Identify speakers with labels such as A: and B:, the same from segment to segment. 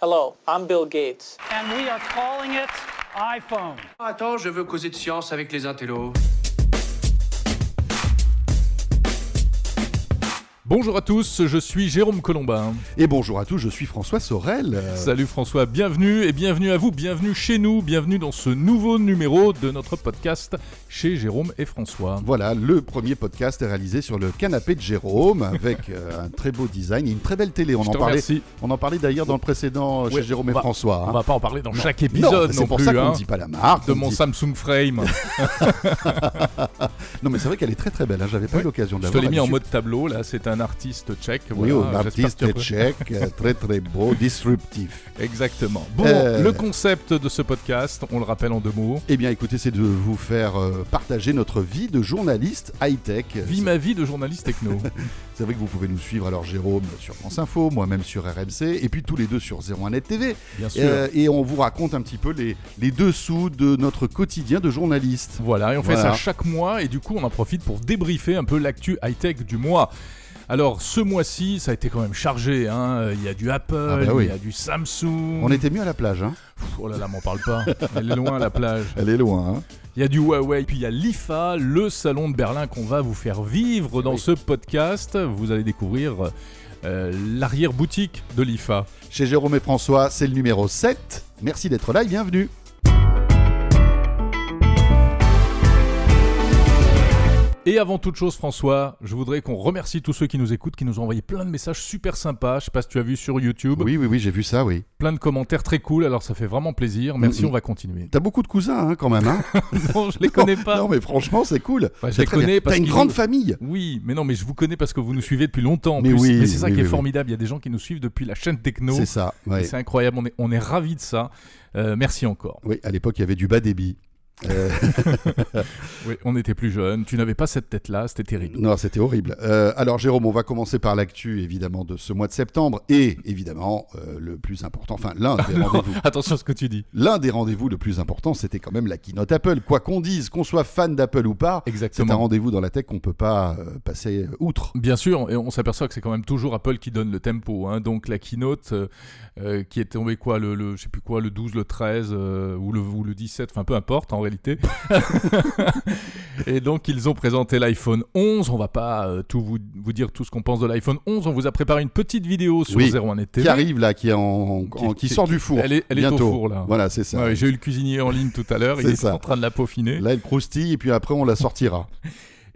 A: Hello, I'm Bill Gates.
B: and we are calling it iPhone.
C: Attends, je veux causer de science avec les intellos.
D: Bonjour à tous, je suis Jérôme Colombin.
E: Et bonjour à tous, je suis François Sorel. Euh,
D: Salut François, bienvenue et bienvenue à vous, bienvenue chez nous, bienvenue dans ce nouveau numéro de notre podcast chez Jérôme et François.
E: Voilà, le premier podcast réalisé sur le canapé de Jérôme avec euh, un très beau design et une très belle télé. On
D: Je
E: en
D: te
E: parlait.
D: remercie.
E: On en parlait d'ailleurs dans le précédent euh, chez
D: Ouais,
E: Jérôme
D: on
E: et
D: va-
E: François.
D: On
E: hein.
D: va pas en parler dans chaque épisode
E: Non,
D: non,
E: c'est pour
D: plus
E: ça qu'on
D: hein,
E: ne dit pas la marque.
D: de
E: on
D: mon
E: dit-
D: Samsung Frame.
E: Non, mais c'est vrai qu'elle est très très belle. hein, J'avais pas eu l'occasion de
D: Je
E: la
D: te
E: voir,
D: l'ai mis
E: mais
D: en
E: je-
D: mode tableau là, c'est un artiste tchèque.
E: Oui, oh,
D: voilà,
E: un
D: j'espère que tu
E: artiste
D: apprécies.
E: tchèque, euh, très très beau, disruptif.
D: Exactement. Bon,
E: Euh.
D: le concept de ce podcast, on le rappelle en deux mots.
E: Eh bien, écoutez, c'est de vous faire euh, partager notre vie de journaliste high-tech.
D: Vie ma vie de journaliste techno.
E: C'est vrai que vous pouvez nous suivre, alors Jérôme sur France Info, moi-même sur RMC, et puis tous les deux sur 01net TV.
D: Bien sûr.
E: Euh, et on vous raconte un petit peu les, les dessous de notre quotidien de journaliste.
D: Voilà, et on fait
E: Voilà.
D: ça chaque mois, et du coup, on en profite pour débriefer un peu l'actu high-tech du mois. Alors, ce mois-ci, ça a été quand même chargé. hein. Il y a du Apple,
E: Ah bah oui.
D: il y a du Samsung.
E: On était mieux à la plage, hein
D: Pff, oh là là, m'en parle pas. Elle est loin, la plage.
E: Elle est loin, hein
D: Il y a du Huawei, puis il y a l'IFA, le salon de Berlin qu'on va vous faire vivre dans ce podcast. Vous allez découvrir euh, l'arrière-boutique de l'IFA.
E: Chez Jérôme et François, c'est le numéro 7. Merci d'être là et bienvenue.
D: Et avant toute chose, François, je voudrais qu'on remercie tous ceux qui nous écoutent, qui nous ont envoyé plein de messages super sympas. Je sais pas si tu as vu sur YouTube.
E: Oui, oui, oui, j'ai vu ça, oui.
D: plein de commentaires très cool, alors ça fait vraiment plaisir. Merci,
E: Mm, mm.
D: on va continuer.
E: T'as beaucoup de cousins, hein, quand même, hein
D: Non, je les connais
E: Non,
D: pas.
E: Non, mais franchement, c'est cool.
D: Enfin, je
E: C'est
D: les
E: très
D: connais
E: bien.
D: parce
E: T'as une
D: qu'ils
E: grande
D: ont-
E: famille
D: Oui, mais non, mais je vous connais parce que vous nous suivez depuis longtemps. en
E: Mais
D: plus.
E: oui,
D: mais c'est ça
E: oui,
D: qui est
E: oui, oui.
D: formidable. Il y a des gens qui nous suivent depuis la chaîne techno.
E: C'est ça,
D: Et
E: ouais.
D: C'est incroyable. On est, on est ravis de ça. Euh, merci encore.
E: Oui, à l'époque, il y avait du bas débit. Euh,
D: Oui, on était plus jeunes. Tu n'avais pas cette tête-là. C'était terrible.
E: Non, c'était horrible. Euh, alors, Jérôme, on va commencer par l'actu, évidemment, de ce mois de septembre et, évidemment, euh, le plus important, enfin, l'un des rendez-vous.
D: Attention à ce que tu dis.
E: L'un des rendez-vous le plus important, c'était quand même la keynote Apple. Quoi qu'on dise, qu'on soit fan d'Apple ou pas, c'est un
D: Exactement.
E: rendez-vous dans la tech qu'on ne peut pas euh, passer outre.
D: Bien sûr, et on s'aperçoit que c'est quand même toujours Apple qui donne le tempo. hein. Donc la keynote euh, euh, qui est tombée quoi, le, le- je sais plus quoi, le 12, le 13 euh, ou, le, ou le 17, enfin peu importe en réalité. et donc ils ont présenté l'iPhone 11. On va pas euh, tout vous, vous dire tout ce qu'on pense de l'iPhone 11. On vous a préparé une petite vidéo sur
E: Oui,
D: 01net
E: Qui
D: TV.
E: arrive là, qui, est en- en-
D: Qui-
E: en- qui
D: qui-
E: sort du four.
D: Elle est, elle est au
E: bientôt.
D: four là.
E: Voilà, c'est ça.
D: Ouais, J'ai eu le cuisinier en ligne tout à l'heure. il
E: C'est
D: est
E: ça.
D: en train de la peaufiner.
E: Là, elle croustille et puis après, on la sortira.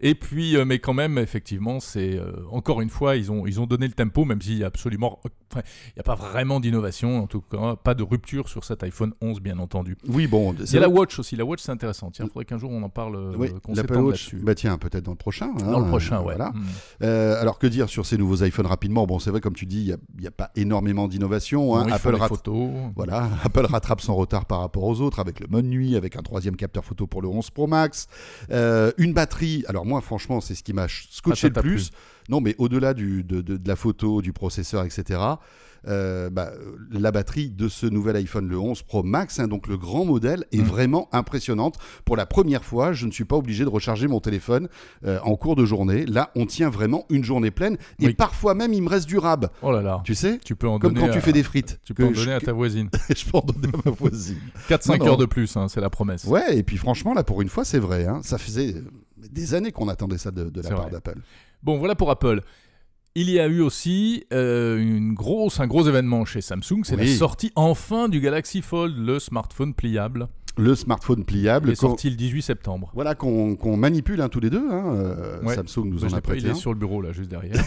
D: Et puis, euh, mais quand même, effectivement, c'est euh, encore une fois, ils ont, ils ont donné le tempo, même s'il y a absolument, enfin, il n'y a pas vraiment d'innovation, en tout cas, pas de rupture sur cet iPhone 11, bien entendu.
E: Oui, bon,
D: Il y a la Watch aussi, la Watch c'est intéressant. Tiens, il faudrait qu'un jour on en parle, euh,
E: Mm. Oui,
D: qu'on
E: l'Apple
D: s'étende
E: Watch.
D: là-dessus.
E: Bah tiens, peut-être dans le prochain.
D: Dans
E: hein,
D: le prochain, ouais.
E: voilà.
D: Mm.
E: Euh, alors que dire sur ces nouveaux iPhones rapidement Bon, c'est vrai, comme tu dis, il n'y a, il y a pas énormément d'innovation. hein.
D: Bon, ils font
E: Apple
D: des
E: rat-
D: photos.
E: Voilà, Apple rattrape son retard par rapport aux autres avec le mode nuit, avec un troisième capteur photo pour le 11 Pro Max, euh, une batterie. Alors moi, franchement, c'est ce qui m'a ch- scotché
D: Ah, ça
E: le
D: t'a
E: plus. Non, mais au-delà du- de, de- de la photo, du processeur, etc. euh, bah, la batterie de ce nouvel iPhone le 11 Pro Max, hein, donc le grand modèle, est
D: Mm.
E: vraiment impressionnante. Pour la première fois, je ne suis pas obligé de recharger mon téléphone euh, en cours de journée. Là, on tient vraiment une journée pleine et
D: Oui.
E: parfois même il me reste du rab.
D: Oh là là, tu,
E: Tu sais,
D: peux en
E: comme
D: donner.
E: quand tu
D: à-
E: fais des frites.
D: tu peux en
E: Que je-
D: donner à ta voisine.
E: je peux en donner à ma voisine.
D: 4-5
E: Non, non.
D: heures de plus, hein, c'est la promesse.
E: Ouais, et puis franchement, là, pour une fois, c'est vrai. hein. Ça faisait euh, des années qu'on attendait ça de, de la
D: C'est
E: part
D: vrai.
E: d'Apple.
D: Bon, voilà pour Apple. Il y a eu aussi euh, une grosse, un gros événement chez Samsung, c'est la
E: Oui.
D: sortie enfin du Galaxy Fold, le smartphone pliable.
E: Le smartphone
D: Il
E: pliable,
D: est
E: qu'on-
D: sorti le 18 septembre.
E: voilà qu'on qu'on manipule hein, tous les deux. hein, euh,
D: Ouais.
E: Samsung nous
D: Bah, je
E: en
D: l'ai
E: a
D: pas, il
E: prêté
D: est
E: un.
D: sur le bureau là, juste derrière.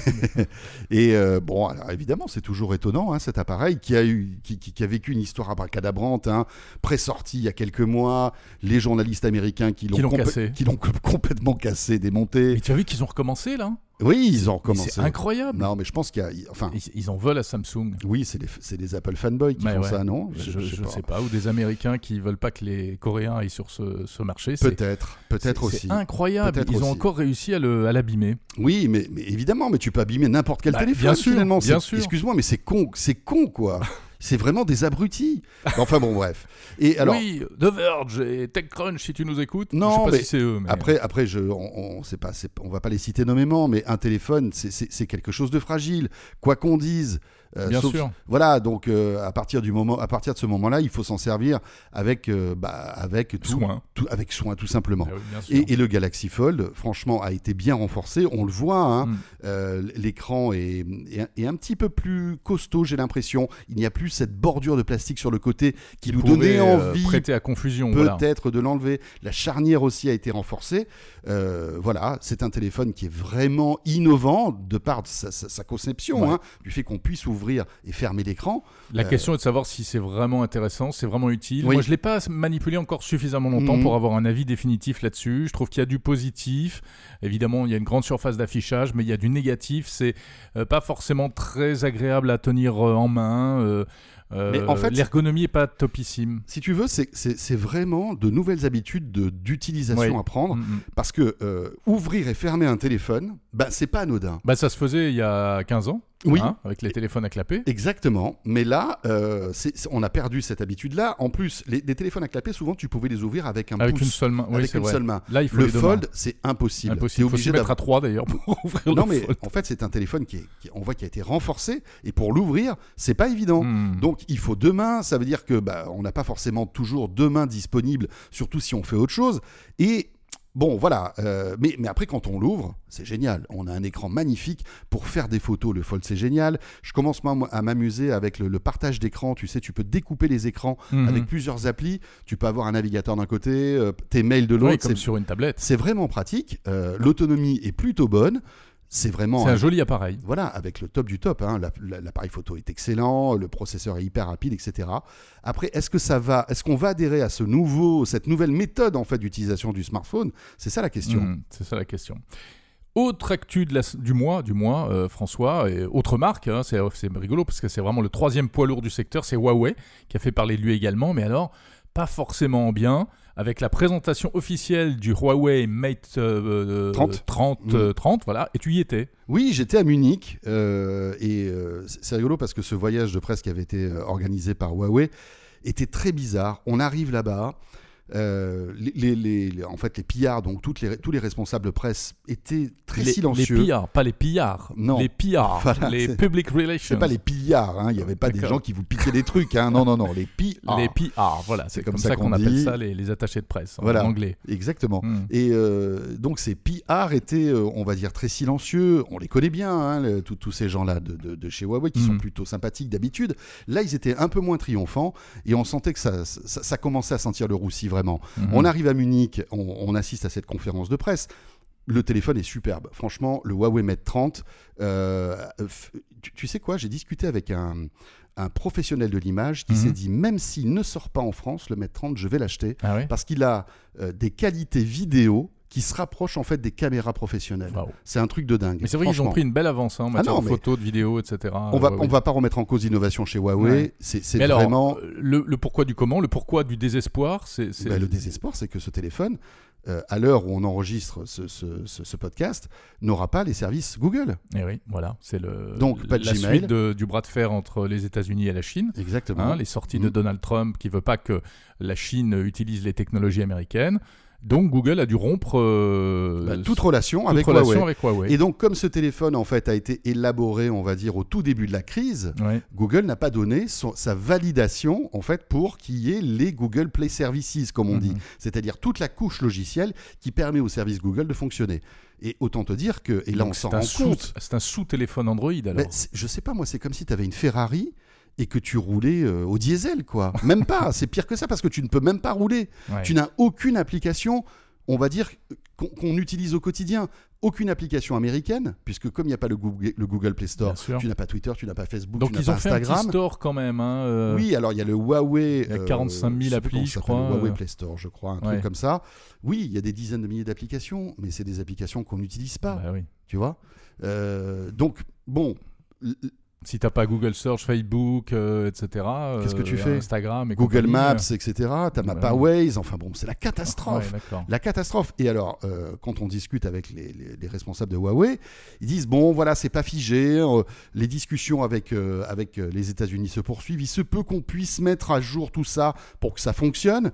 E: Et euh, bon, alors évidemment, c'est toujours étonnant hein, cet appareil qui a eu, qui, qui- qui a vécu une histoire abracadabrante, hein, pré-sortie il y a quelques mois, les journalistes américains qui l'ont
D: Qui l'ont
E: compé-
D: cassé.
E: qui l'ont complètement cassé,
D: Mais
E: démonté.
D: tu as vu qu'ils ont recommencé là hein
E: Oui, ils ont
D: Mais
E: commencé.
D: C'est incroyable.
E: Non, mais je pense qu'il y a, enfin,
D: Ils, ils en veulent à Samsung.
E: oui, c'est les, c'est les Apple fanboys qui
D: Mais
E: font
D: ouais.
E: ça, non
D: Je, je sais pas. Ou des Américains qui veulent pas que les Coréens aillent sur ce, ce marché. C'est-
E: Peut-être, peut-être
D: c'est-
E: aussi.
D: C'est incroyable.
E: Peut-être
D: Ils ont
E: aussi.
D: encore réussi à le- à l'abîmer.
E: Oui, mais, mais évidemment, mais tu peux abîmer n'importe quel
D: Bah,
E: téléphone
D: bien sûr,
E: finalement.
D: bien
E: C'est-
D: sûr.
E: Excuse-moi, mais c'est con, c'est con quoi. c'est vraiment des abrutis. Enfin bon, bref. Et alors.
D: oui, The Verge et TechCrunch, si tu nous écoutes. je sais
E: Non,
D: pas
E: mais
D: si c'est eux. mais-
E: Après, après, je, on, on sait pas, c'est- on va pas les citer nommément, mais un téléphone, c'est- c'est c'est quelque chose de fragile. Quoi qu'on dise, Euh,
D: Bien
E: sauf-
D: sûr.
E: Voilà, donc euh, à partir du moment, à partir de ce moment-là, il faut s'en servir avec, euh, bah, avec tout,
D: Soin.
E: tout- avec soin, tout simplement.
D: Ah oui, bien sûr.
E: Et, et le Galaxy Fold, franchement, a été bien renforcé. On le voit, hein.
D: Mm.
E: Euh, l'écran est, est- est un petit peu plus costaud, j'ai l'impression. Il n'y a plus cette bordure de plastique sur le côté qui, nous
D: Pourrait,
E: donnait
D: euh,
E: envie
D: prêter à confusion. voilà.
E: peut-être de l'enlever. La charnière aussi a été renforcée. Euh, voilà, c'est un téléphone qui est vraiment innovant de par de sa, sa- sa conception,
D: Ouais.
E: hein, du fait qu'on puisse ouvrir et fermer l'écran.
D: La
E: Euh,
D: question est de savoir si c'est vraiment intéressant, c'est vraiment utile.
E: Oui.
D: Moi, je ne l'ai pas manipulé encore suffisamment longtemps
E: Mhm.
D: pour avoir un avis définitif là-dessus. Je trouve qu'il y a du positif. Évidemment, il y a une grande surface d'affichage, mais il y a du négatif. C'est euh, pas forcément très agréable à tenir euh, en main. euh, euh,
E: Mais en fait-
D: l'ergonomie est pas topissime.
E: Si tu veux, c'est- c'est c'est vraiment de nouvelles habitudes de- d'utilisation
D: Oui.
E: à prendre,
D: Mhm.
E: parce que euh, ouvrir et fermer un téléphone, bah, c'est pas anodin.
D: Bah, ça se faisait il y a 15 ans,
E: Oui.
D: hein, avec les téléphones à clapet.
E: Exactement, mais là, euh, c'est- c'est- on a perdu cette habitude-là. En plus, les, les téléphones à clapet, souvent, tu pouvais les ouvrir avec un
D: Avec
E: pouce,
D: une seule main. Oui,
E: avec
D: c'est
E: une
D: vrai.
E: seule main.
D: Là, il faut
E: Le
D: les deux mains.
E: fold, c'est impossible.
D: Impossible.
E: T'es
D: Il faut s'y
E: obligé
D: mettre à trois d'ailleurs pour ouvrir
E: Non
D: le
E: mais
D: fold.
E: en fait c'est un téléphone qui, est, qui- on voit qui a été renforcé et pour l'ouvrir c'est pas évident.
D: Mhm.
E: Donc il faut deux mains, ça veut dire que bah, on n'a pas forcément toujours deux mains disponibles, surtout si on fait autre chose. Et bon voilà, euh, mais, mais après quand on l'ouvre c'est génial, on a un écran magnifique pour faire des photos, le fold c'est génial. Je commence moi, à m'amuser avec le, le partage d'écran, tu sais tu peux découper les écrans
D: Mhm.
E: avec plusieurs applis, tu peux avoir un navigateur d'un côté, euh, tes mails de
D: Oui,
E: l'autre,
D: comme
E: c'est
D: sur une tablette.
E: c'est vraiment pratique. euh, L'autonomie est plutôt bonne. C'est vraiment
D: C'est un joli appareil.
E: voilà avec le top du top. hein, la- la- L'appareil photo est excellent, le processeur est hyper rapide, etc. Après, est-ce que ça va Est-ce qu'on va adhérer à ce nouveau, cette nouvelle méthode en fait d'utilisation du smartphone C'est ça la question.
D: Mhm, c'est ça la question. Autre actu de la s- du mois, du mois euh, François, et autre marque, hein, c'est c'est rigolo parce que c'est vraiment le troisième poids lourd du secteur, c'est Huawei, qui a fait parler de lui également, mais alors pas forcément en bien, avec la présentation officielle du Huawei Mate euh, euh,
E: 30.
D: 30,
E: Mhm.
D: euh, 30, voilà, et tu y étais.
E: Oui, j'étais à Munich euh, et euh, c'est c'est rigolo parce que ce voyage de presse qui avait été euh, organisé par Huawei était très bizarre. On arrive là-bas. euh, les, les- les- les- en fait, les pillards, donc toutes les, tous les responsables presse étaient très
D: les,
E: silencieux.
D: les pillards, pas les pillards,
E: Non.
D: les pillards,
E: Voilà,
D: les
E: c'est-
D: public relations.
E: C'est pas les pillards, hein, il n'y avait pas des
D: D'accord.
E: gens qui vous piquaient des trucs. hein, Non, non, non, les pillards.
D: Les PR, voilà, c'est comme, ça qu'on
E: dit.
D: appelle ça les, les attachés de presse
E: Voilà. Mmh.
D: en anglais.
E: Exactement.
D: Mhm.
E: Et euh, donc ces pillards étaient, euh, on va dire, très silencieux. On les connaît bien, hein, le- tous- tous ces gens-là de, de- de chez Huawei, qui sont
D: Mhm.
E: plutôt sympathiques d'habitude. Là, ils étaient un peu moins triomphants et on sentait que ça, ça, ça commençait à sentir le roussi vraiment.
D: Mhm.
E: On arrive à Munich, on, on assiste à cette conférence de presse. Le téléphone est superbe. Franchement, le Huawei Mate 30, euh, f- tu, tu sais quoi J'ai discuté avec un, un professionnel de l'image qui
D: Mhm.
E: s'est dit, même s'il ne sort pas en France, le Mate 30, je vais l'acheter
D: Ah ouais
E: parce qu'il a euh, des qualités vidéo qui se rapprochent en fait des caméras professionnelles.
D: Waouh.
E: C'est un truc de dingue.
D: Mais c'est vrai qu'ils ont
E: franchement. Ah
D: pris une belle avance hein, en matière
E: non,
D: de
E: mais-
D: photos, de vidéos, etc.
E: On va,
D: Ouais,
E: on
D: ouais.
E: va pas remettre en cause l'innovation chez Huawei.
D: Ouais.
E: C'est c'est
D: Mais alors,
E: vraiment.
D: euh, le, le pourquoi du comment, le pourquoi du désespoir, c'est. c'est-
E: Bah, le désespoir, c'est que ce téléphone, euh, à l'heure où on enregistre ce, ce- ce- ce podcast, n'aura pas les services Google.
D: Eh oui, voilà, c'est le.
E: Donc, pas de
D: la
E: Gmail.
D: suite de- du bras de fer entre les États-Unis et la Chine.
E: Exactement.
D: hein, les sorties de
E: Mm.
D: Donald Trump qui veut pas que la Chine utilise les technologies américaines. Donc Google a dû rompre euh,
E: Bah, toute
D: toute
E: relation avec
D: relation
E: Huawei.
D: avec Huawei.
E: Et donc, comme ce téléphone en fait a été élaboré, on va dire au tout début de la crise,
D: Ouais.
E: Google n'a pas donné son- sa validation en fait pour qu'il y ait les Google Play Services comme on
D: Mhm.
E: dit, c'est-à-dire toute la couche logicielle qui permet au service Google de fonctionner. Et autant te dire que et là
D: Donc,
E: on s'en
D: c'est un
E: rend
D: sous-
E: compte.
D: C'est un sous-téléphone Android alors.
E: Mais c'est- je sais pas moi, c'est comme si tu avais une Ferrari et que tu roulais euh, au diesel quoi. Même pas, c'est pire que ça parce que tu ne peux même pas rouler.
D: Ouais.
E: Tu n'as aucune application, on va dire, qu'on qu'on utilise au quotidien. Aucune application américaine, puisque comme il n'y a pas le Google, le Google Play Store,
D: Bien sûr.
E: tu n'as pas Twitter, tu n'as pas Facebook,
D: Donc
E: tu n'as
D: ils
E: pas
D: ont fait un
E: Instagram.
D: petit store quand même. hein, euh,
E: Oui, alors il y a le Huawei.
D: il y a
E: euh,
D: 45 000
E: je sais plus
D: applis,
E: comment ça
D: je
E: s'appelle,
D: crois,
E: Le Huawei
D: euh.
E: Play Store, je crois, un truc
D: Ouais.
E: comme ça. Oui, il y a des dizaines de milliers d'applications, mais c'est des applications qu'on n'utilise pas,
D: bah oui.
E: tu vois. Euh, donc, bon. l- l-
D: Si t'as pas Google Search, Facebook, euh, etc. euh,
E: Qu'est-ce que tu fais
D: Instagram et
E: Google
D: compagnie,
E: Maps,
D: euh,
E: etc. T'as
D: Bah
E: ma pas
D: oui.
E: Waze. Enfin bon, c'est la
D: ouais,
E: catastrophe.
D: d'accord.
E: La catastrophe. Et alors, euh, quand on discute avec les, les- les responsables de Huawei, ils disent bon, voilà, c'est pas figé. euh, les discussions avec euh, avec euh, les États-Unis se poursuivent. Il se peut qu'on puisse mettre à jour tout ça pour que ça fonctionne.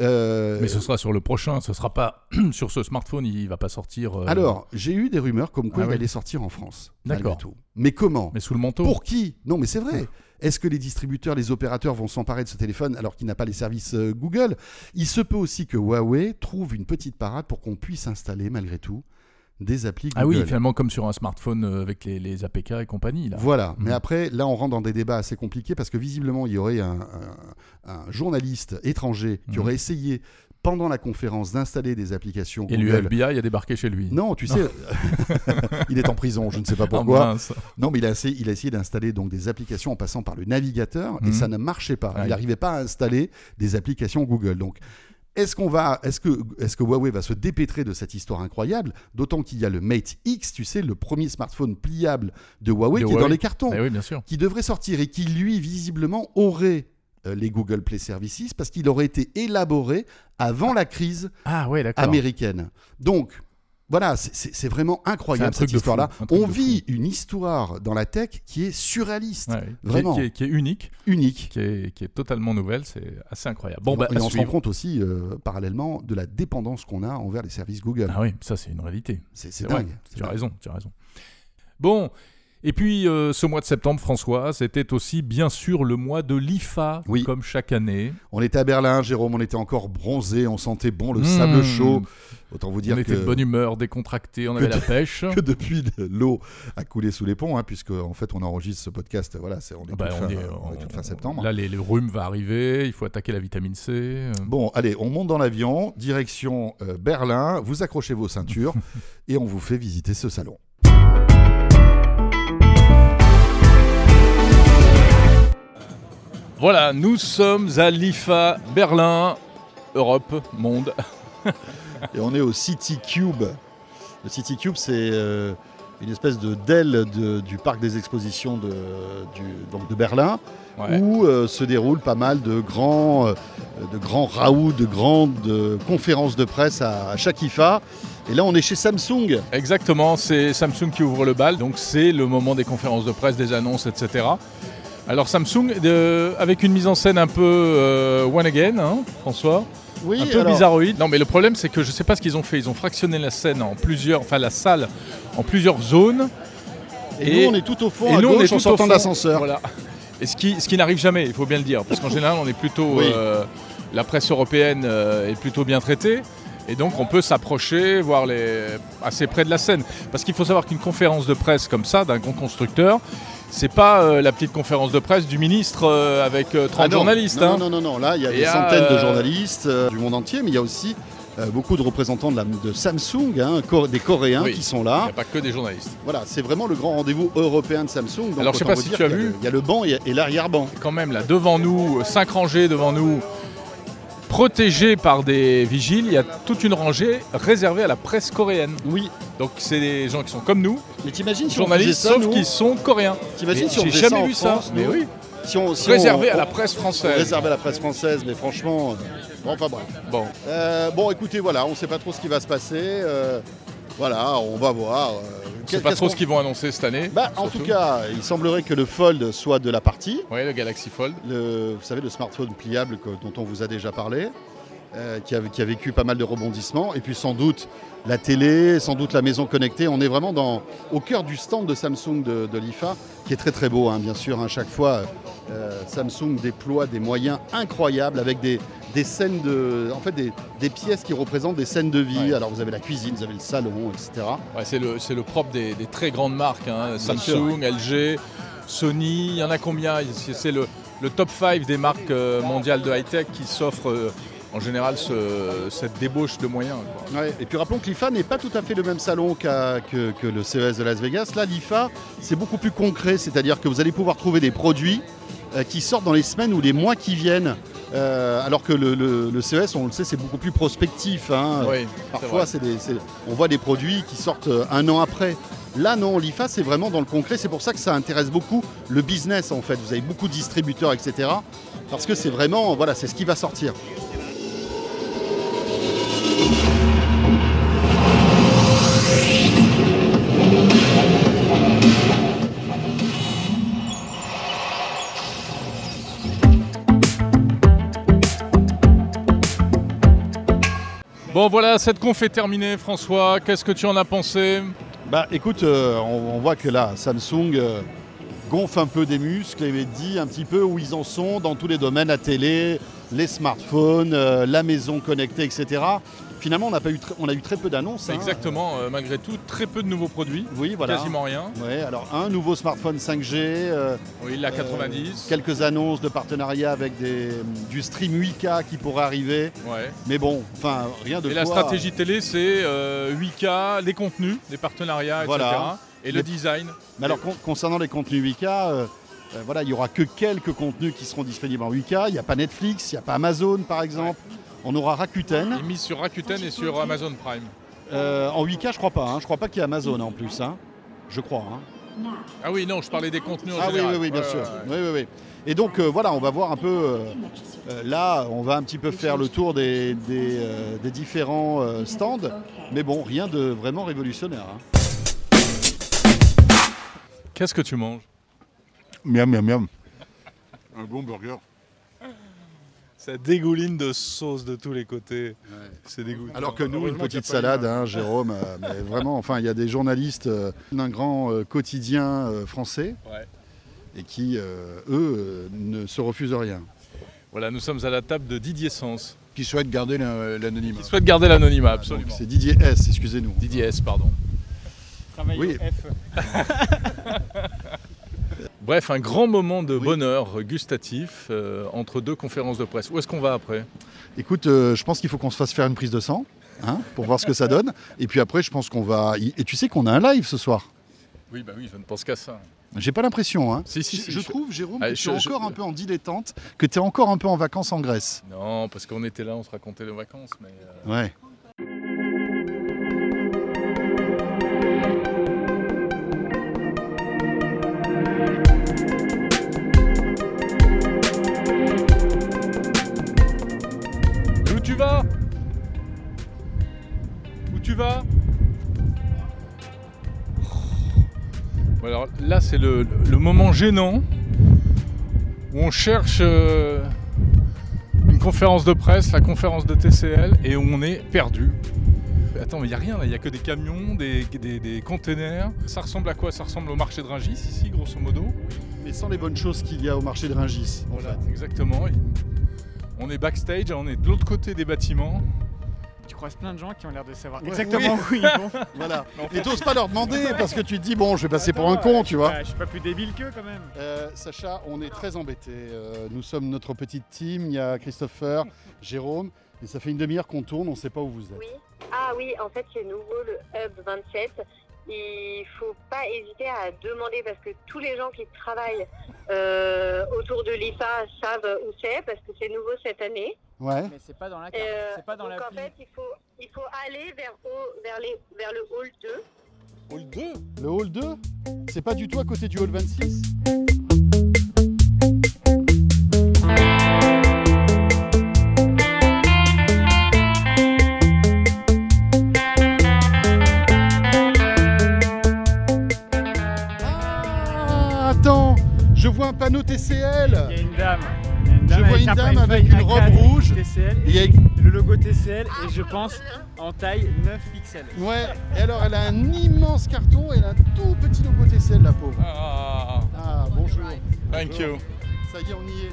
E: Euh,
D: Mais ce sera sur le prochain, ce sera pas sur ce smartphone, il va pas sortir. euh,
E: Alors, j'ai eu des rumeurs comme quoi
D: Ah
E: il
D: oui.
E: allait sortir en France.
D: D'accord.
E: malgré tout.
F: Mais comment
D: Mais sous le manteau.
F: Pour qui Non, mais c'est vrai. Est-ce que les distributeurs, les opérateurs vont s'emparer de ce téléphone alors qu'il n'a pas les services euh, Google Il se peut aussi que Huawei trouve une petite parade pour qu'on puisse installer malgré tout des applis Google.
D: Ah oui, finalement, comme sur un smartphone euh, avec les, les APK et compagnie. Là.
F: Voilà,
D: Mhm.
F: mais après, là, on rentre dans des débats assez compliqués parce que visiblement, il y aurait un, un- un journaliste étranger qui
D: Mhm.
F: aurait essayé, pendant la conférence, d'installer des applications
D: Et le
F: Google.
D: FBI a débarqué chez lui.
F: Non, tu
D: Non.
F: sais, il est en prison, je ne sais pas
D: Ah,
F: pourquoi.
D: mince.
F: Non, mais il a essayé, il a essayé d'installer donc des applications en passant par le navigateur et
D: Mhm.
F: ça ne marchait pas.
D: Aïe.
F: Il n'arrivait pas à installer des applications Google. Donc, est-ce qu'on va, est-ce que, est-ce que Huawei va se dépêtrer de cette histoire incroyable D'autant qu'il y a le Mate X, tu sais, le premier smartphone pliable de Huawei
D: De
F: qui est dans
D: Huawei.
F: les cartons,
D: Eh oui, bien sûr.
F: qui devrait sortir et qui lui visiblement aurait euh, les Google Play Services parce qu'il aurait été élaboré avant la crise
D: Ah ouais, d'accord.
F: américaine. Donc, voilà, c'est- c'est c'est vraiment incroyable
D: C'est un truc
F: cette
D: de
F: histoire-là.
D: fou, un truc
F: On
D: de
F: vit une histoire dans la tech qui est surréaliste,
D: Ouais, qui est-
F: Vraiment.
D: Qui est, qui est unique,
F: unique.
D: qui est, qui est totalement nouvelle, c'est assez incroyable. Bon,
F: Et
D: bah,
F: on- et
D: à
F: on se rend
D: suivre.
F: compte aussi, euh, parallèlement, de la dépendance qu'on a envers les services Google.
D: Ah oui, ça c'est une réalité.
F: c'est c'est
D: vrai.
F: dingue. C'est
D: Tu as
F: dingue.
D: raison, tu as raison. Bon, et puis euh, ce mois de septembre, François, c'était aussi bien sûr le mois de l'IFA,
F: Oui.
D: comme chaque année.
F: On était à Berlin, Jérôme, on était encore bronzé, on sentait bon le
D: Mmh.
F: sable chaud. Autant vous dire
D: on
F: que,
D: était de bonne humeur, décontracté, on avait la pêche.
F: que depuis, l'eau a coulé sous les ponts, hein, puisque en fait, on enregistre ce podcast. Voilà, c'est on est
D: Bah,
F: toute fin,
D: on est-
F: on est
D: on-
F: toute fin septembre.
D: Là, les, le rhume va arriver, il faut attaquer la vitamine C. euh.
F: Bon, allez, on monte dans l'avion, direction euh, Berlin, vous accrochez vos ceintures et on vous fait visiter ce salon.
D: Voilà, nous sommes à l'IFA Berlin, Europe, monde.
F: Et on est au City Cube.
E: Le City Cube, c'est euh, une espèce de DEL du parc des expositions de, du- donc de Berlin,
D: Ouais.
E: où euh, se déroulent pas mal de grands, euh, de grands raouts, de grandes euh, conférences de presse à, à chaque IFA. Et là, on est chez Samsung.
D: Exactement, c'est Samsung qui ouvre le bal, donc c'est le moment des conférences de presse, des annonces, etc. Alors Samsung, euh, avec une mise en scène un peu euh, one again, hein, François,
E: Oui,
D: un peu
E: alors,
D: bizarroïde. Non mais le problème c'est que je ne sais pas ce qu'ils ont fait, ils ont fractionné la scène en plusieurs, enfin la salle en plusieurs zones.
E: Et,
D: Et-
E: nous, on est tout au fond, à
D: nous, on
E: gauche,
D: est
E: en
D: tout au
E: sortant
D: fond.
E: de l'ascenseur.
D: Voilà. Et ce qui, ce qui n'arrive jamais, il faut bien le dire, parce qu'en général, on est plutôt.
E: Oui.
D: euh, la presse européenne euh, est plutôt bien traitée. Et donc on peut s'approcher, voir les... assez près de la scène. Parce qu'il faut savoir qu'une conférence de presse comme ça, d'un grand constructeur, c'est pas euh, la petite conférence de presse du ministre euh, avec euh, 30
E: Ah non,
D: journalistes.
E: Non,
D: hein.
E: non, non, non, là, il y a
D: Et
E: des
D: à,
E: centaines
D: euh,
E: de journalistes euh, du monde entier, mais il y a aussi euh, beaucoup de représentants de, la- de Samsung, hein, cor- des Coréens
D: Oui.
E: qui sont
D: Il
E: là.
D: n'y a pas que des journalistes.
E: Voilà, c'est vraiment le grand rendez-vous européen de Samsung. Donc
D: Alors, je sais
E: autant
D: pas
E: vous
D: si
E: dire
D: tu as
E: qu'il y a
D: vu.
E: le- Il y a le banc et, et l'arrière-banc.
D: Quand même, là, devant nous, euh, cinq rangées devant nous, protégées par des vigiles, il y a toute une rangée réservée à la presse coréenne.
E: Oui,
D: Donc c'est des gens qui sont comme nous,
E: mais t'imagines si on faisait
D: journalistes,
E: ça,
D: sauf
E: nous
D: qu'ils sont coréens.
E: T'imagines
D: Mais
E: si on
D: J'ai
E: faisait
D: jamais
E: ça en
D: vu
E: France,
D: ça. Mais
E: nous
D: oui,
E: Si on, si
D: réservé
E: on-
D: à la
E: on-
D: presse
E: on
D: française.
E: réservait à la presse française, mais franchement, euh, bon, enfin bref.
D: Bon,
E: Euh, bon, écoutez, voilà, on ne sait pas trop ce qui va se passer. euh, voilà, on va voir. euh,
D: on
E: qu'est-
D: sait pas
E: qu'est-ce
D: trop
E: qu'on-
D: ce qu'ils vont annoncer cette année.
E: Bah, en tout cas, il semblerait que le Fold soit de la partie.
D: Oui, le Galaxy Fold.
E: le, vous savez, le smartphone pliable que- dont on vous a déjà parlé, euh, qui, a, qui a vécu pas mal de rebondissements, et puis sans doute la télé, sans doute la maison connectée. On est vraiment dans, au cœur du stand de Samsung de, de l'IFA, qui est très très beau, hein, bien sûr. À chaque fois, euh, Samsung déploie des moyens incroyables avec des, des scènes de, en fait, des, des pièces qui représentent des scènes de vie.
D: Ouais.
E: Alors vous avez la cuisine, vous avez le salon, etc.
D: Ouais, c'est le, c'est le propre des, des très grandes marques. hein.
E: Bien
D: Samsung, LG, Sony, il y en a combien C'est c'est le, le top 5 des marques euh, mondiales de high-tech qui s'offrent euh, en général ce- cette débauche de moyens. quoi.
E: Ouais, et puis rappelons que l'IFA n'est pas tout à fait le même salon qu'à- que, que le CES de Las Vegas. Là, l'IFA, c'est beaucoup plus concret, c'est-à-dire que vous allez pouvoir trouver des produits euh, qui sortent dans les semaines ou les mois qui viennent. Euh, alors que le, le- le CES, on le sait, c'est beaucoup plus prospectif. hein.
D: Oui,
E: Parfois, c'est des- c'est- on voit des produits qui sortent euh, un an après. Là, non, l'IFA, c'est vraiment dans le concret. C'est pour ça que ça intéresse beaucoup le business, en fait. Vous avez beaucoup de distributeurs, etc. Parce que c'est vraiment, voilà, c'est ce qui va sortir.
D: Bon voilà, cette conf est terminée François, qu'est-ce que tu en as pensé
E: Bah écoute, euh, on, on voit que là, Samsung euh, gonfle un peu des muscles et dit un petit peu où ils en sont dans tous les domaines, la télé, les smartphones, euh, la maison connectée, etc. Finalement, on a, pas eu tr- on a eu très peu d'annonces.
D: C'est
E: hein.
D: exactement, euh, malgré tout, très peu de nouveaux produits,
E: Oui, voilà.
D: quasiment rien.
E: Ouais, alors un nouveau smartphone 5G, euh,
D: Oui, la
E: euh,
D: 90.
E: quelques annonces de partenariat avec des, du stream 8K qui pourrait arriver,
D: Ouais.
E: mais bon, enfin rien de
D: Et
E: quoi.
D: la stratégie télé, c'est euh, 8K, les contenus, les partenariats,
E: Voilà.
D: etc. Et le
E: Les-
D: design.
E: Mais alors con- concernant les contenus 8K, euh, euh, voilà, il n'y aura que quelques contenus qui seront disponibles en 8K. Il n'y a pas Netflix, il n'y a pas Amazon par exemple. On aura Rakuten.
D: est mis sur Rakuten et sur Amazon Prime.
E: Euh, en 8K, je crois pas. hein. Je crois pas qu'il y a Amazon en plus. hein. Je crois. hein.
D: Ah oui, non, je parlais des contenus en
E: Ah oui,
D: général.
E: oui, oui, bien
D: Ouais,
E: sûr.
D: ouais, ouais.
E: Oui, oui, oui. Et donc euh, voilà, on va voir un peu. euh, euh, là, on va un petit peu faire le tour des, des, euh, des différents euh, stands. Mais bon, rien de vraiment révolutionnaire. hein.
D: Qu'est-ce que tu manges
G: Miam, miam, miam. Un bon burger.
D: Ça dégouline de sauce de tous les côtés. C'est dégoûtant.
E: Alors que nous, une
G: Heureusement qu'il y a
E: petite
G: pas
E: salade, hein, Jérôme. euh, mais vraiment, enfin, il y a des journalistes euh, d'un grand euh, quotidien euh, français
D: Ouais.
E: et qui, euh, eux, euh, ne se refusent rien.
D: Voilà, nous sommes à la table de Didier Sens,
G: Qui souhaite garder l'an- l'anonymat.
D: qui souhaite garder l'anonymat,
E: Donc,
D: absolument.
E: C'est Didier S, excusez-nous.
D: Didier S, pardon.
E: Oui.
D: Bref, un grand moment de bonheur gustatif euh, entre deux conférences de presse. Où est-ce qu'on va après
E: Écoute, euh, je pense qu'il faut qu'on se fasse faire une prise de sang hein, pour voir ce que ça donne. Et puis après, je pense qu'on va. Et tu sais qu'on a un live ce soir.
D: Oui, bah oui, je ne pense qu'à ça.
E: J'ai pas l'impression. Hein.
D: Si, si,
E: je,
D: si,
E: je
D: je-
E: trouve, Jérôme,
D: Ah,
E: que
D: je-
E: tu es
D: je-
E: encore un peu en dilettante, que tu es encore un peu en vacances en Grèce.
D: Non, parce qu'on était là, on se racontait nos vacances, mais... euh,
E: Ouais.
D: Mais où tu vas Où tu vas Bon, Oh. Alors là, c'est le, le moment gênant où on cherche euh, une conférence de presse, la conférence de TCL, et où on est perdu. Attends, mais il n'y a rien là, il n'y a que des camions, des, des, des containers. Ça ressemble à quoi Ça ressemble au marché de Rungis, ici, grosso modo.
E: Mais sans les bonnes choses qu'il y a au marché de Ringis. en
D: Voilà, exactement. Et On est backstage, on est de l'autre côté des bâtiments.
B: Tu croises plein de gens qui ont l'air de savoir
E: Ouais.
B: exactement où ils vont.
E: fait. Voilà. Et t'oses pas leur demander parce que tu te dis, bon, je vais passer pour un con, tu vois.
B: Bah, je suis pas plus débile qu'eux quand même.
E: Euh, Sacha, on est très embêtés. Euh, nous sommes notre petite team. Il y a Christopher, Jérôme. Et ça fait une demi-heure qu'on tourne, on ne sait pas où vous êtes.
H: Oui. Ah oui, en fait, c'est nouveau le Hub 27. Il faut pas hésiter à demander parce que tous les gens qui travaillent euh, autour de l'IFA savent où c'est parce que c'est nouveau cette année.
E: Ouais.
B: Mais c'est pas dans la
H: Euh, donc en fait, il faut, il faut aller vers, au- vers, les, vers le hall 2.
D: Hall 2
E: Le hall 2 C'est pas du tout à côté du hall 26 Ah, Attends, je vois un panneau
B: Il
E: TCL.
B: y a une dame. Il y a une
E: Je vois une
B: un-
E: dame avec une
B: un
E: robe
B: cadre
E: rouge.
B: TCL,
E: Il y a-
B: le logo TCL
H: Ah,
B: et je
H: voilà.
B: pense en taille 9 pixels.
E: Ouais, et alors elle a un immense carton et elle a un tout petit logo TCL, la pauvre.
D: Ah,
E: Ah, bonjour.
D: thank you.
E: Ça y est, on y est.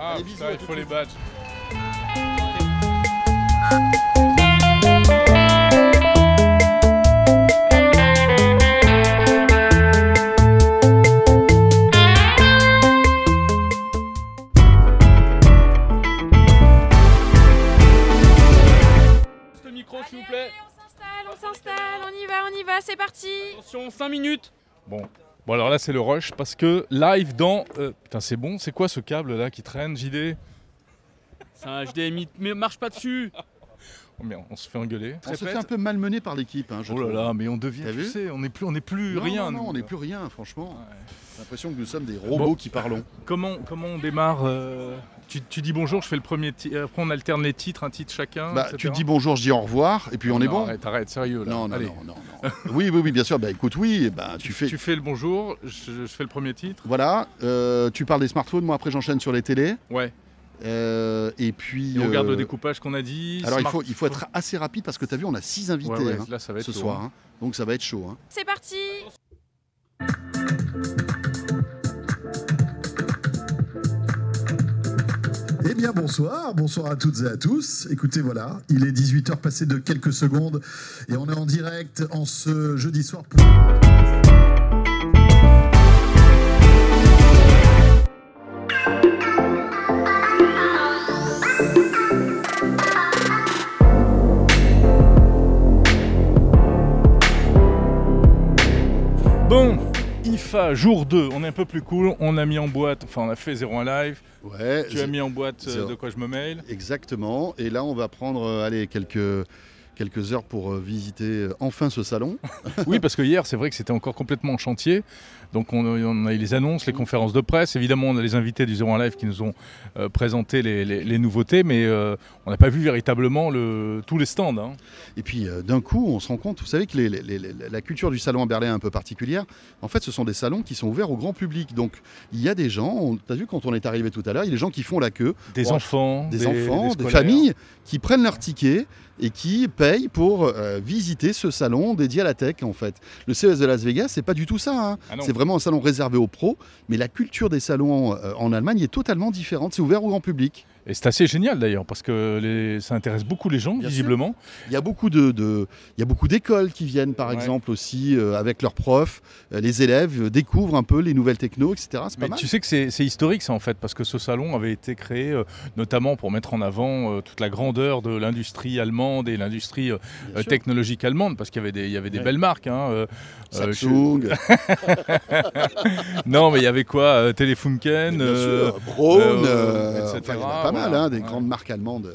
D: Ah,
E: Allez, bisous,
D: putain,
E: à
D: il
E: tout
D: faut
E: de
D: les
E: suite.
D: badges. Juste le micro, s'il vous plaît.
I: on s'installe, on s'installe, on y va, on y va, c'est parti
B: Attention, 5 minutes.
D: Bon alors là c'est le rush parce que live dans... euh, putain c'est bon, c'est quoi ce câble là qui traîne JD
B: C'est un HDMI, mais marche pas dessus.
D: Oh merde, on se fait engueuler.
E: On se fait un peu malmener par l'équipe. Hein, je
D: Oh là
E: trouve.
D: là, mais on devient,
E: T'as
D: tu
E: vu
D: sais, on n'est plus, on n'est plus
E: Non,
D: rien.
E: non, non,
D: nous.
E: on n'est plus rien, franchement.
D: Ouais.
E: J'ai l'impression que nous sommes des robots
D: Bon.
E: qui parlons.
D: Comment, comment on démarre euh, tu, tu dis bonjour, je fais le premier, ti- euh, après on alterne les titres, un titre chacun.
E: Bah,
D: Ah, etc.
E: tu te dis bonjour, je dis au revoir, et puis on est
D: Non,
E: bon.
D: Arrête, arrête, sérieux là.
E: Non, non,
D: Allez.
E: non, non, non. oui, oui, oui, bien sûr. Bah, écoute, oui, eh ben, tu fais.
D: Tu fais le bonjour, je, je fais le premier titre.
E: Voilà, euh, tu parles des smartphones, moi après j'enchaîne sur les télés.
D: Ouais.
E: Euh, et puis.
J: Et on regarde
E: euh,
J: le découpage qu'on a dit.
E: Alors, il
J: smart-
E: faut, il faut être assez rapide parce que tu as vu, on a six invités
J: Ouais, ouais,
E: hein,
J: là, ça va être
E: ce
J: chaud,
E: soir.
J: hein.
E: hein. Donc, ça va être chaud. hein.
I: C'est parti
K: Eh bien bonsoir, bonsoir à toutes et à tous. Écoutez voilà, il est 18h passé de quelques secondes et on est en direct en ce jeudi soir pour...
D: Bon, IFA, jour 2, on est un peu plus cool. On a mis en boîte, enfin, on a fait 01 live.
E: Ouais,
D: Tu as
E: c'est-
D: mis en boîte euh,
E: c'est-
D: de quoi je me mail.
E: Exactement. Et là, on va prendre euh, allez, quelques, quelques heures pour euh, visiter euh, enfin ce salon.
D: Oui, parce que hier, c'est vrai que c'était encore complètement en chantier. Donc, on, a- on a eu les annonces, les conférences de presse. Évidemment, on a les invités du 01 Live qui nous ont euh, présenté les, les- les nouveautés, mais euh, on n'a pas vu véritablement le- tous les stands. hein.
E: Et puis euh, d'un coup, on se rend compte, vous savez que les- les- les- la culture du salon à Berlin est un peu particulière. En fait, ce sont des salons qui sont ouverts au grand public. Donc, il y a des gens, tu as vu quand on est arrivé tout à l'heure, il y a des gens qui font la queue.
D: Des
E: Bon,
D: enfants,
E: des,
D: des- des
E: enfants, des,
D: scolaires.
E: familles qui prennent leur ticket et qui payent pour euh, visiter ce salon dédié à la tech en fait. Le CES de Las Vegas, c'est pas du tout ça. hein.
D: Ah non.
E: c'est vraiment un salon réservé aux pros, mais la culture des salons euh, en Allemagne est totalement différente. C'est ouvert au grand public.
D: Et c'est assez génial d'ailleurs, parce que les- ça intéresse beaucoup les gens, visiblement.
E: Il y a beaucoup de, de- il y a beaucoup d'écoles qui viennent par
D: Ouais.
E: exemple aussi euh, avec leurs profs. Euh, les élèves euh, découvrent un peu les nouvelles techno, etc. C'est pas
D: Mais
E: mal.
D: tu sais que c'est c'est historique ça en fait, parce que ce salon avait été créé euh, notamment pour mettre en avant euh, toute la grandeur de l'industrie allemande et l'industrie euh, euh,
E: sûr.
D: technologique allemande, parce qu'il y avait des, il y avait des belles marques. hein, euh, euh,
E: Samsung.
D: je- non mais il y avait quoi euh, Telefunken,
E: Bien
D: euh,
E: sûr, Braun,
D: euh,
E: euh,
D: etc.
E: enfin, il y en a pas mal,
D: Voilà.
E: hein, des grandes marques allemandes.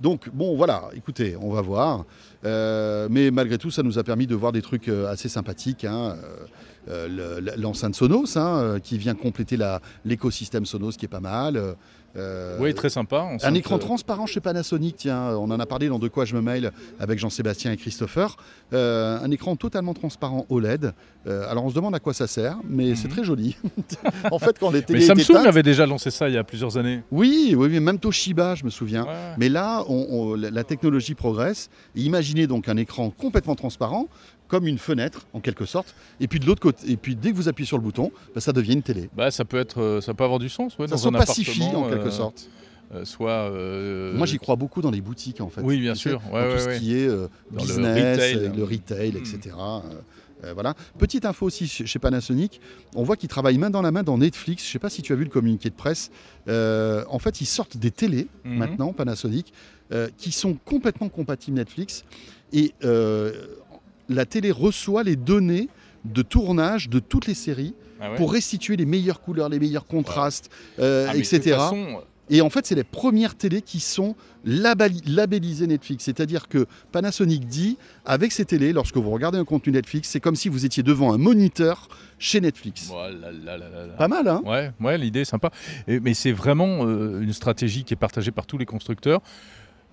E: Donc, bon, voilà, écoutez, on va voir. Euh, mais malgré tout, ça nous a permis de voir des trucs euh, assez sympathiques. hein. Euh, euh, le- L'enceinte Sonos, hein, euh, qui vient compléter la- l'écosystème Sonos, qui est pas mal. Euh,
D: Oui, très sympa. enceinte,
E: un écran
D: euh,
E: transparent chez Panasonic, tiens, on en a parlé dans De quoi je me mail avec Jean-Sébastien et Christopher. Euh, un écran totalement transparent OLED. Euh, alors on se demande à quoi ça sert, mais c'est très joli. en fait, quand
D: Mhm.
E: les
D: Mais
E: télés étaient
D: Samsung
E: éteintes-
D: avait déjà lancé ça il y a plusieurs années.
E: oui, oui, oui, même Toshiba, je me souviens.
D: Ouais, ouais.
E: Hein. Mais là, on- on- la la technologie progresse. Et imaginez donc un écran complètement transparent, comme une fenêtre en quelque sorte. Et puis de l'autre côté, et puis dès que vous appuyez sur le bouton, bah, ça devient une télé.
D: Bah, ça peut être, euh, ça peut avoir du sens. Ouais,
E: Ça
D: dans
E: se
D: un
E: pacifie,
D: appartement,
E: en quelque
D: euh,
E: sorte.
D: euh, soit. euh,
E: Moi, j'y crois beaucoup dans les boutiques en fait.
D: Oui, bien
E: Tu sais,
D: sûr.
E: dans
D: Ouais, ouais,
E: tout ce
D: ouais.
E: qui est euh,
D: Dans le
E: business,
D: retail.
E: euh, le retail, etc. Euh, euh, voilà. Petite info aussi chez chez Panasonic, on voit qu'ils travaillent main dans la main dans Netflix. Je ne sais pas si tu as vu le communiqué de presse. Euh, en fait, ils sortent des télés
D: Mhm.
E: maintenant, Panasonic, euh, qui sont complètement compatibles Netflix. Et euh, la télé reçoit les données de tournage de toutes les séries
D: Ah ouais.
E: pour restituer les meilleures couleurs, les meilleurs contrastes, euh,
D: Ah, mais de
E: etc.
D: toute façon, euh,
E: Et en fait, c'est les premières télés qui sont labelli- labellisées Netflix. C'est-à-dire que Panasonic dit, avec ces télés, lorsque vous regardez un contenu Netflix, c'est comme si vous étiez devant un moniteur chez Netflix.
D: Oh là là là là là.
E: Pas mal, hein
D: Ouais, ouais l'idée est sympa. Et- mais c'est vraiment euh, une stratégie qui est partagée par tous les constructeurs.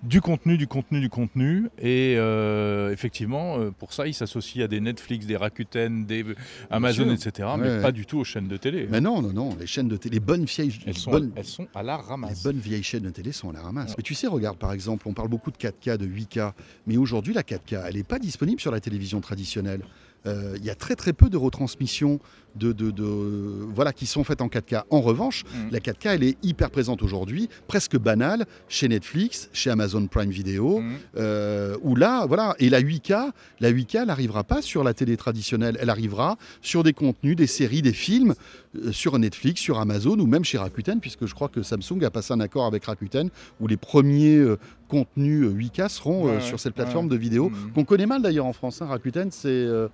D: Du contenu, du contenu, du contenu. Et euh, effectivement, euh, pour ça, ils s'associent à des Netflix, des Rakuten, des Amazon,
E: sûr.
D: etc.
E: Ouais,
D: mais
E: ouais.
D: pas du tout aux chaînes de télé.
E: Mais non, non, non, les chaînes de télé, les bonnes vieilles,
D: elles,
E: les
D: sont,
E: bonnes-
D: elles sont à la
E: les
D: ramasse.
E: bonnes vieilles chaînes de télé sont à la ramasse. Mais tu sais, regarde par exemple, on parle beaucoup de 4K, de 8K, mais aujourd'hui la 4K, elle n'est pas disponible sur la télévision traditionnelle. Euh, Il y a très très peu de retransmissions de, de- de- voilà, qui sont faites en 4K. En revanche, la 4K, elle est hyper présente aujourd'hui, presque banale, chez Netflix, chez Amazon Prime Video, euh, où là, voilà, et la 8K, la 8K, elle n'arrivera pas sur la télé traditionnelle, elle arrivera sur des contenus, des séries, des films, euh, sur Netflix, sur Amazon ou même chez Rakuten, puisque je crois que Samsung a passé un accord avec Rakuten où les premiers euh, contenus euh, 8K seront euh,
D: Ouais, ouais,
E: sur cette
D: ouais,
E: plateforme
D: ouais.
E: de vidéo
D: Mhm.
E: qu'on connaît mal d'ailleurs en France. hein. Rakuten, c'est euh,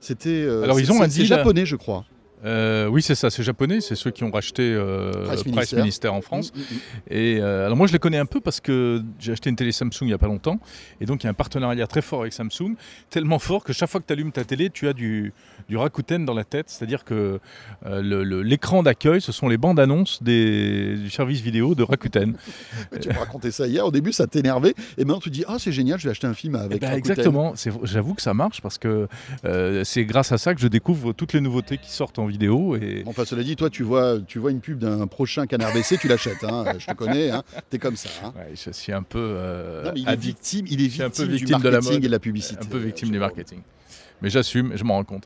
E: c'était euh,
D: Alors,
E: c'est-
D: ils ont
E: c'est-
D: un
E: c'est
D: deal.
E: japonais, je crois.
D: Euh, oui, c'est ça, c'est japonais, c'est ceux qui ont racheté euh,
E: Price
D: Price,
E: Minister.
D: Minister. en France.
E: Mm, mm, mm.
D: Et euh, alors moi je les connais un peu parce que j'ai acheté une télé Samsung il n'y a pas longtemps et donc il y a un partenariat très fort avec Samsung, tellement fort que chaque fois que tu allumes ta télé, tu as du, du Rakuten dans la tête, c'est-à-dire que euh, le- le- l'écran d'accueil, ce sont les bandes annonces des, du service vidéo de Rakuten.
E: Mais tu me racontais ça hier. Au début, ça t'énervait, et maintenant tu dis ah c'est génial, je vais acheter un film avec.
D: Eh ben,
E: Rakuten.
D: exactement, c'est- j'avoue que ça marche parce que euh, c'est grâce à ça que je découvre toutes les nouveautés qui sortent en
L: vidéo. Et...
E: Enfin, cela dit, toi, tu vois, tu vois une pub d'un prochain canard baissé, tu l'achètes. Hein, je te connais, hein, t'es comme ça. Hein.
L: Ouais, je suis un peu euh,
E: Non, mais il est
L: addict.
E: victime, il est
L: Je suis un peu
E: victime,
L: victime
E: du
L: de la
E: marketing
L: mode,
E: et de la publicité.
L: Un peu victime du marketing. Mais j'assume, je m'en rends compte.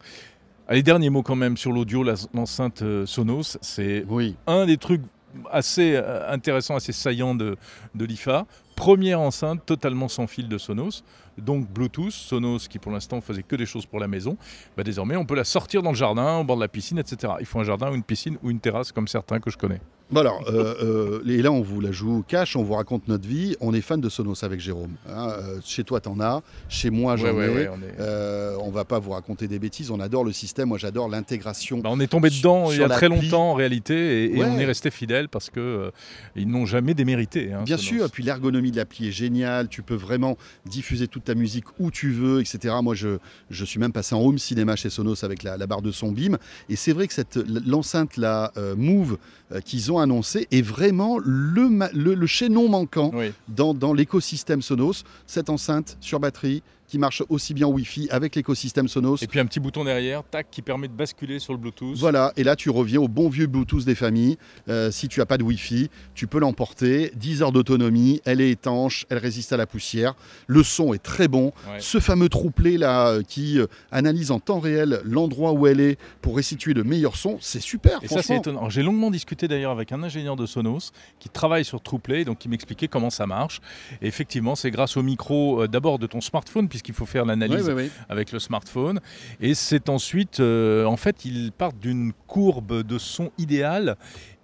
L: Allez, dernier mot quand même sur l'audio, la- l'enceinte euh, Sonos. C'est un des trucs assez euh, intéressants, assez saillants de, de l'IFA. Première enceinte totalement sans fil de Sonos. Donc Bluetooth, Sonos qui pour l'instant faisait que des choses pour la maison. Bah, désormais, on peut la sortir dans le jardin, au bord de la piscine, etc. Il faut un jardin ou une piscine ou une terrasse comme certains que je connais.
E: Bon alors, euh, euh, et là, on vous la joue au cash, on vous raconte notre vie. On est fan de Sonos avec Jérôme. hein. Euh, chez toi, t'en as. Chez moi, Ah, j'en
L: Ouais, ouais,
E: ai.
L: ouais, on est-
E: Euh, on va pas vous raconter des bêtises. On adore le système. Moi, j'adore l'intégration.
L: Bah, On est tombé dedans il y
E: sur
L: a très
E: l'appli.
L: longtemps en réalité et, et
E: Ouais.
L: on est resté fidèles parce que euh, ils n'ont jamais démérité. hein,
E: Bien
L: Sonos.
E: sûr, et puis l'ergonomie de l'appli est géniale, tu peux vraiment diffuser toute ta musique où tu veux, etc. Moi, je, je suis même passé en home cinéma chez Sonos avec la, la barre de son BIM, et c'est vrai que cette- l'enceinte, la euh, Move, euh, qu'ils ont annoncée, est vraiment le, ma- le, le chaînon manquant dans, dans l'écosystème Sonos. Cette enceinte sur batterie qui marche aussi bien en Wi-Fi avec l'écosystème Sonos.
L: Et puis un petit bouton derrière, tac, qui permet de basculer sur le Bluetooth.
E: Voilà, et là tu reviens au bon vieux Bluetooth des familles. Euh, si tu n'as pas de Wi-Fi, tu peux l'emporter. 10 heures d'autonomie, elle est étanche, elle résiste à la poussière. Le son est très bon.
L: Ouais.
E: Ce fameux trouplé là euh, qui euh, analyse en temps réel l'endroit où elle est pour restituer le meilleur son, c'est super.
L: Et ça, c'est
E: franchement.
L: étonnant. Alors, J'ai longuement discuté d'ailleurs avec un ingénieur de Sonos qui travaille sur Trueplay, donc qui m'expliquait comment ça marche. Et effectivement, c'est grâce au micro euh, d'abord de ton smartphone, puisqu'il faut faire l'analyse
E: Oui, oui, oui.
L: avec le smartphone. Et c'est ensuite, euh, en fait, ils partent d'une courbe de son idéale.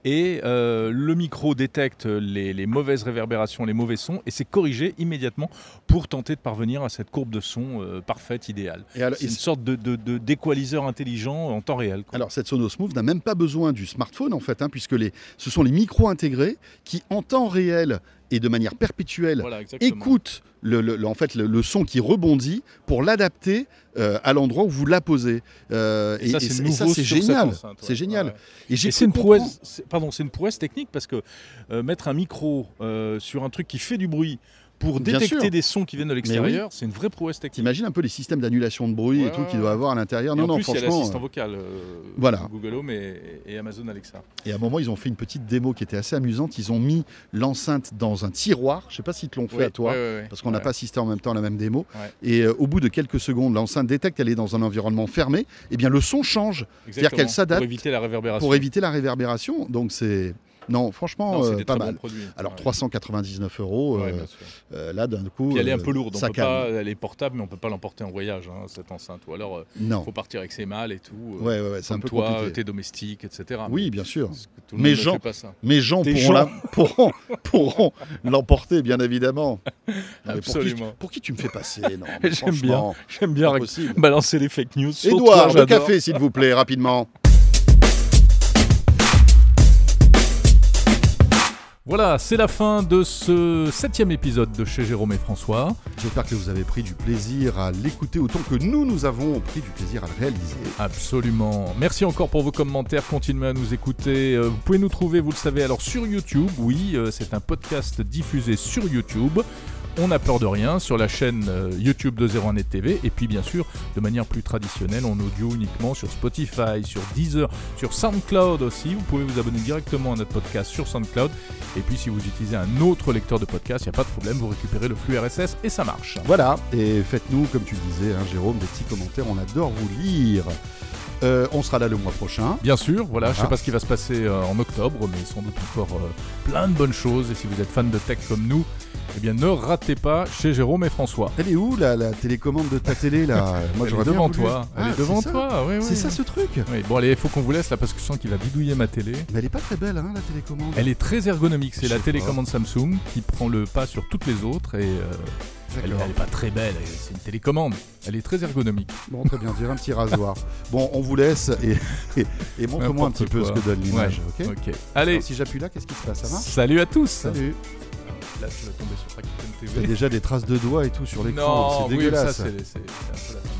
L: Et euh, le micro détecte les, les mauvaises réverbérations, les mauvais sons, et c'est corrigé immédiatement pour tenter de parvenir à cette courbe de son euh, parfaite, idéale.
E: Et alors-
L: C'est
E: et
L: une
E: c'est-
L: sorte de- de- de- d'équaliseur intelligent en temps réel. quoi.
E: Alors cette Sonos Move n'a même pas besoin du smartphone en fait, hein, puisque les, ce sont les micros intégrés qui en temps réel et de manière perpétuelle
L: Voilà, exactement.
E: écoutent le, le- le- en fait, le, le son qui rebondit pour l'adapter euh, à l'endroit où vous la posez. Euh,
L: Et ça, c'est
E: c-
L: nouveau
E: c'est
L: sur cette
E: génial.
L: enceinte, ouais.
E: C'est génial.
L: Ouais, ouais.
E: Et j'ai
L: c'est
E: cru
L: une
E: comprendre-
L: prouesse, c'est- pardon, c'est une prouesse technique parce que euh, mettre un micro euh, sur un truc qui fait du bruit pour
E: Bien
L: détecter
E: sûr.
L: des sons qui viennent de
E: Mais oui.
L: l'extérieur, c'est une vraie prouesse technique.
E: T'imagines un peu les systèmes d'annulation de bruit
L: Ouais,
E: et tout
L: ouais,
E: qu'il doit
L: ouais.
E: avoir à l'intérieur.
L: Et
E: Non,
L: en
E: non,
L: plus, il y a
E: franchement.
L: l'assistant
E: euh,
L: vocal, euh,
E: voilà.
L: Google Home et, et Amazon Alexa.
E: Et à un moment, ils ont fait une petite démo qui était assez amusante. Ils ont mis l'enceinte dans un tiroir. Je sais pas si te l'ont fait
L: Oui,
E: à toi,
L: ouais, ouais, ouais.
E: parce qu'on n'a
L: Ouais.
E: pas assisté en même temps à la même démo.
L: Ouais.
E: Et euh, au bout de quelques secondes, l'enceinte détecte qu'elle est dans un environnement fermé. Et bien, le son change, c'est-à-dire
L: Exactement,
E: qu'elle
L: pour
E: s'adapte
L: éviter la réverbération.
E: Pour éviter la réverbération. Donc c'est non, franchement,
L: Non, c'est
E: euh,
L: des
E: pas
L: très bons
E: mal.
L: produits.
E: Alors 399 euros,
L: Ouais,
E: euh,
L: bien sûr.
E: euh, là d'un coup,
L: Puis elle est un
E: euh,
L: peu lourde, on
E: ça
L: peut
E: calme.
L: pas, elle est portable, mais on peut pas l'emporter en voyage, hein, cette enceinte. Ou alors, il
E: Non.
L: faut partir avec ses malles et tout. euh,
E: Ouais, ouais, ouais, c'est un
L: comme
E: peu
L: toi,
E: compliqué.
L: euh, tes domestiques, etc.
E: Oui,
L: Mais
E: bien sûr.
L: tout le
E: Mes
L: monde ne
E: gens,
L: fait pas ça.
E: mes gens
L: Tes
E: pourront,
L: gens.
E: la- pourront, pourront l'emporter, bien évidemment. Non, mais pour qui-
L: Absolument.
E: Pour qui, tu me fais passer Non, mais
L: J'aime bien,
E: franchement,
L: j'aime bien
E: pas possible.
L: balancer les fake news. sur toi,
E: Édouard, le
L: j'adore.
E: café, s'il vous plaît, rapidement.
D: Voilà, c'est la fin de ce septième épisode de chez Jérôme et François.
E: J'espère que vous avez pris du plaisir à l'écouter autant que nous, nous avons pris du plaisir à le réaliser.
D: Absolument. Merci encore pour vos commentaires. Continuez à nous écouter. Euh, Vous pouvez nous trouver, vous le savez, alors sur YouTube. Oui, euh, c'est un podcast diffusé sur YouTube. On n'a peur de rien sur la chaîne euh, YouTube de 01net TV. Et puis, bien sûr, de manière plus traditionnelle, en audio uniquement sur Spotify, sur Deezer, sur SoundCloud aussi. Vous pouvez vous abonner directement à notre podcast sur SoundCloud. Et puis, si vous utilisez un autre lecteur de podcast, il n'y a pas de problème. Vous récupérez le flux RSS et ça marche.
E: Voilà, et faites-nous, comme tu le disais, hein, Jérôme, des petits commentaires, on adore vous lire. Euh, on sera là le mois prochain.
D: Bien sûr, voilà, je sais
E: Voilà.
D: pas ce qui va se passer euh, en octobre, mais sans doute encore euh, plein de bonnes choses. Et si vous êtes fan de tech comme nous, eh bien ne ratez pas chez Jérôme et François.
E: Elle est où la, la télécommande de ta télé là Moi
D: Elle
E: j'aurais
D: est
E: bien
D: devant
E: voulu.
D: toi, elle
E: Ah,
D: est devant
E: c'est ça
D: toi, oui, oui.
E: C'est ça ce truc
D: Oui, bon allez, il faut qu'on vous laisse là parce que je sens qu'il va bidouiller ma télé.
E: Mais elle est pas très belle hein, la télécommande.
D: Elle est très ergonomique, c'est
E: Je
D: la
E: sais
D: télécommande Samsung qui prend le pas sur toutes les autres et euh, elle,
E: D'accord.
D: elle est pas très belle, elle- c'est une télécommande. Elle est très ergonomique.
E: Bon très bien, on dirait un petit rasoir. bon on vous laisse et, et, et montre-moi un
D: N'importe
E: petit peu ce
D: quoi.
E: que donne l'image,
D: Ouais,
E: ok
D: ok. Allez.
E: Alors, si j'appuie là, qu'est-ce qui se passe Ça marche
D: Salut à tous.
E: Salut.
D: Là, tu vas tomber sur Rakuten
E: T'as
D: TV.
E: déjà des traces de doigts et tout sur l'écran,
D: Non,
E: c'est
D: oui,
E: dégueulasse.
D: ça, c'est- c'est- c'est un peu la-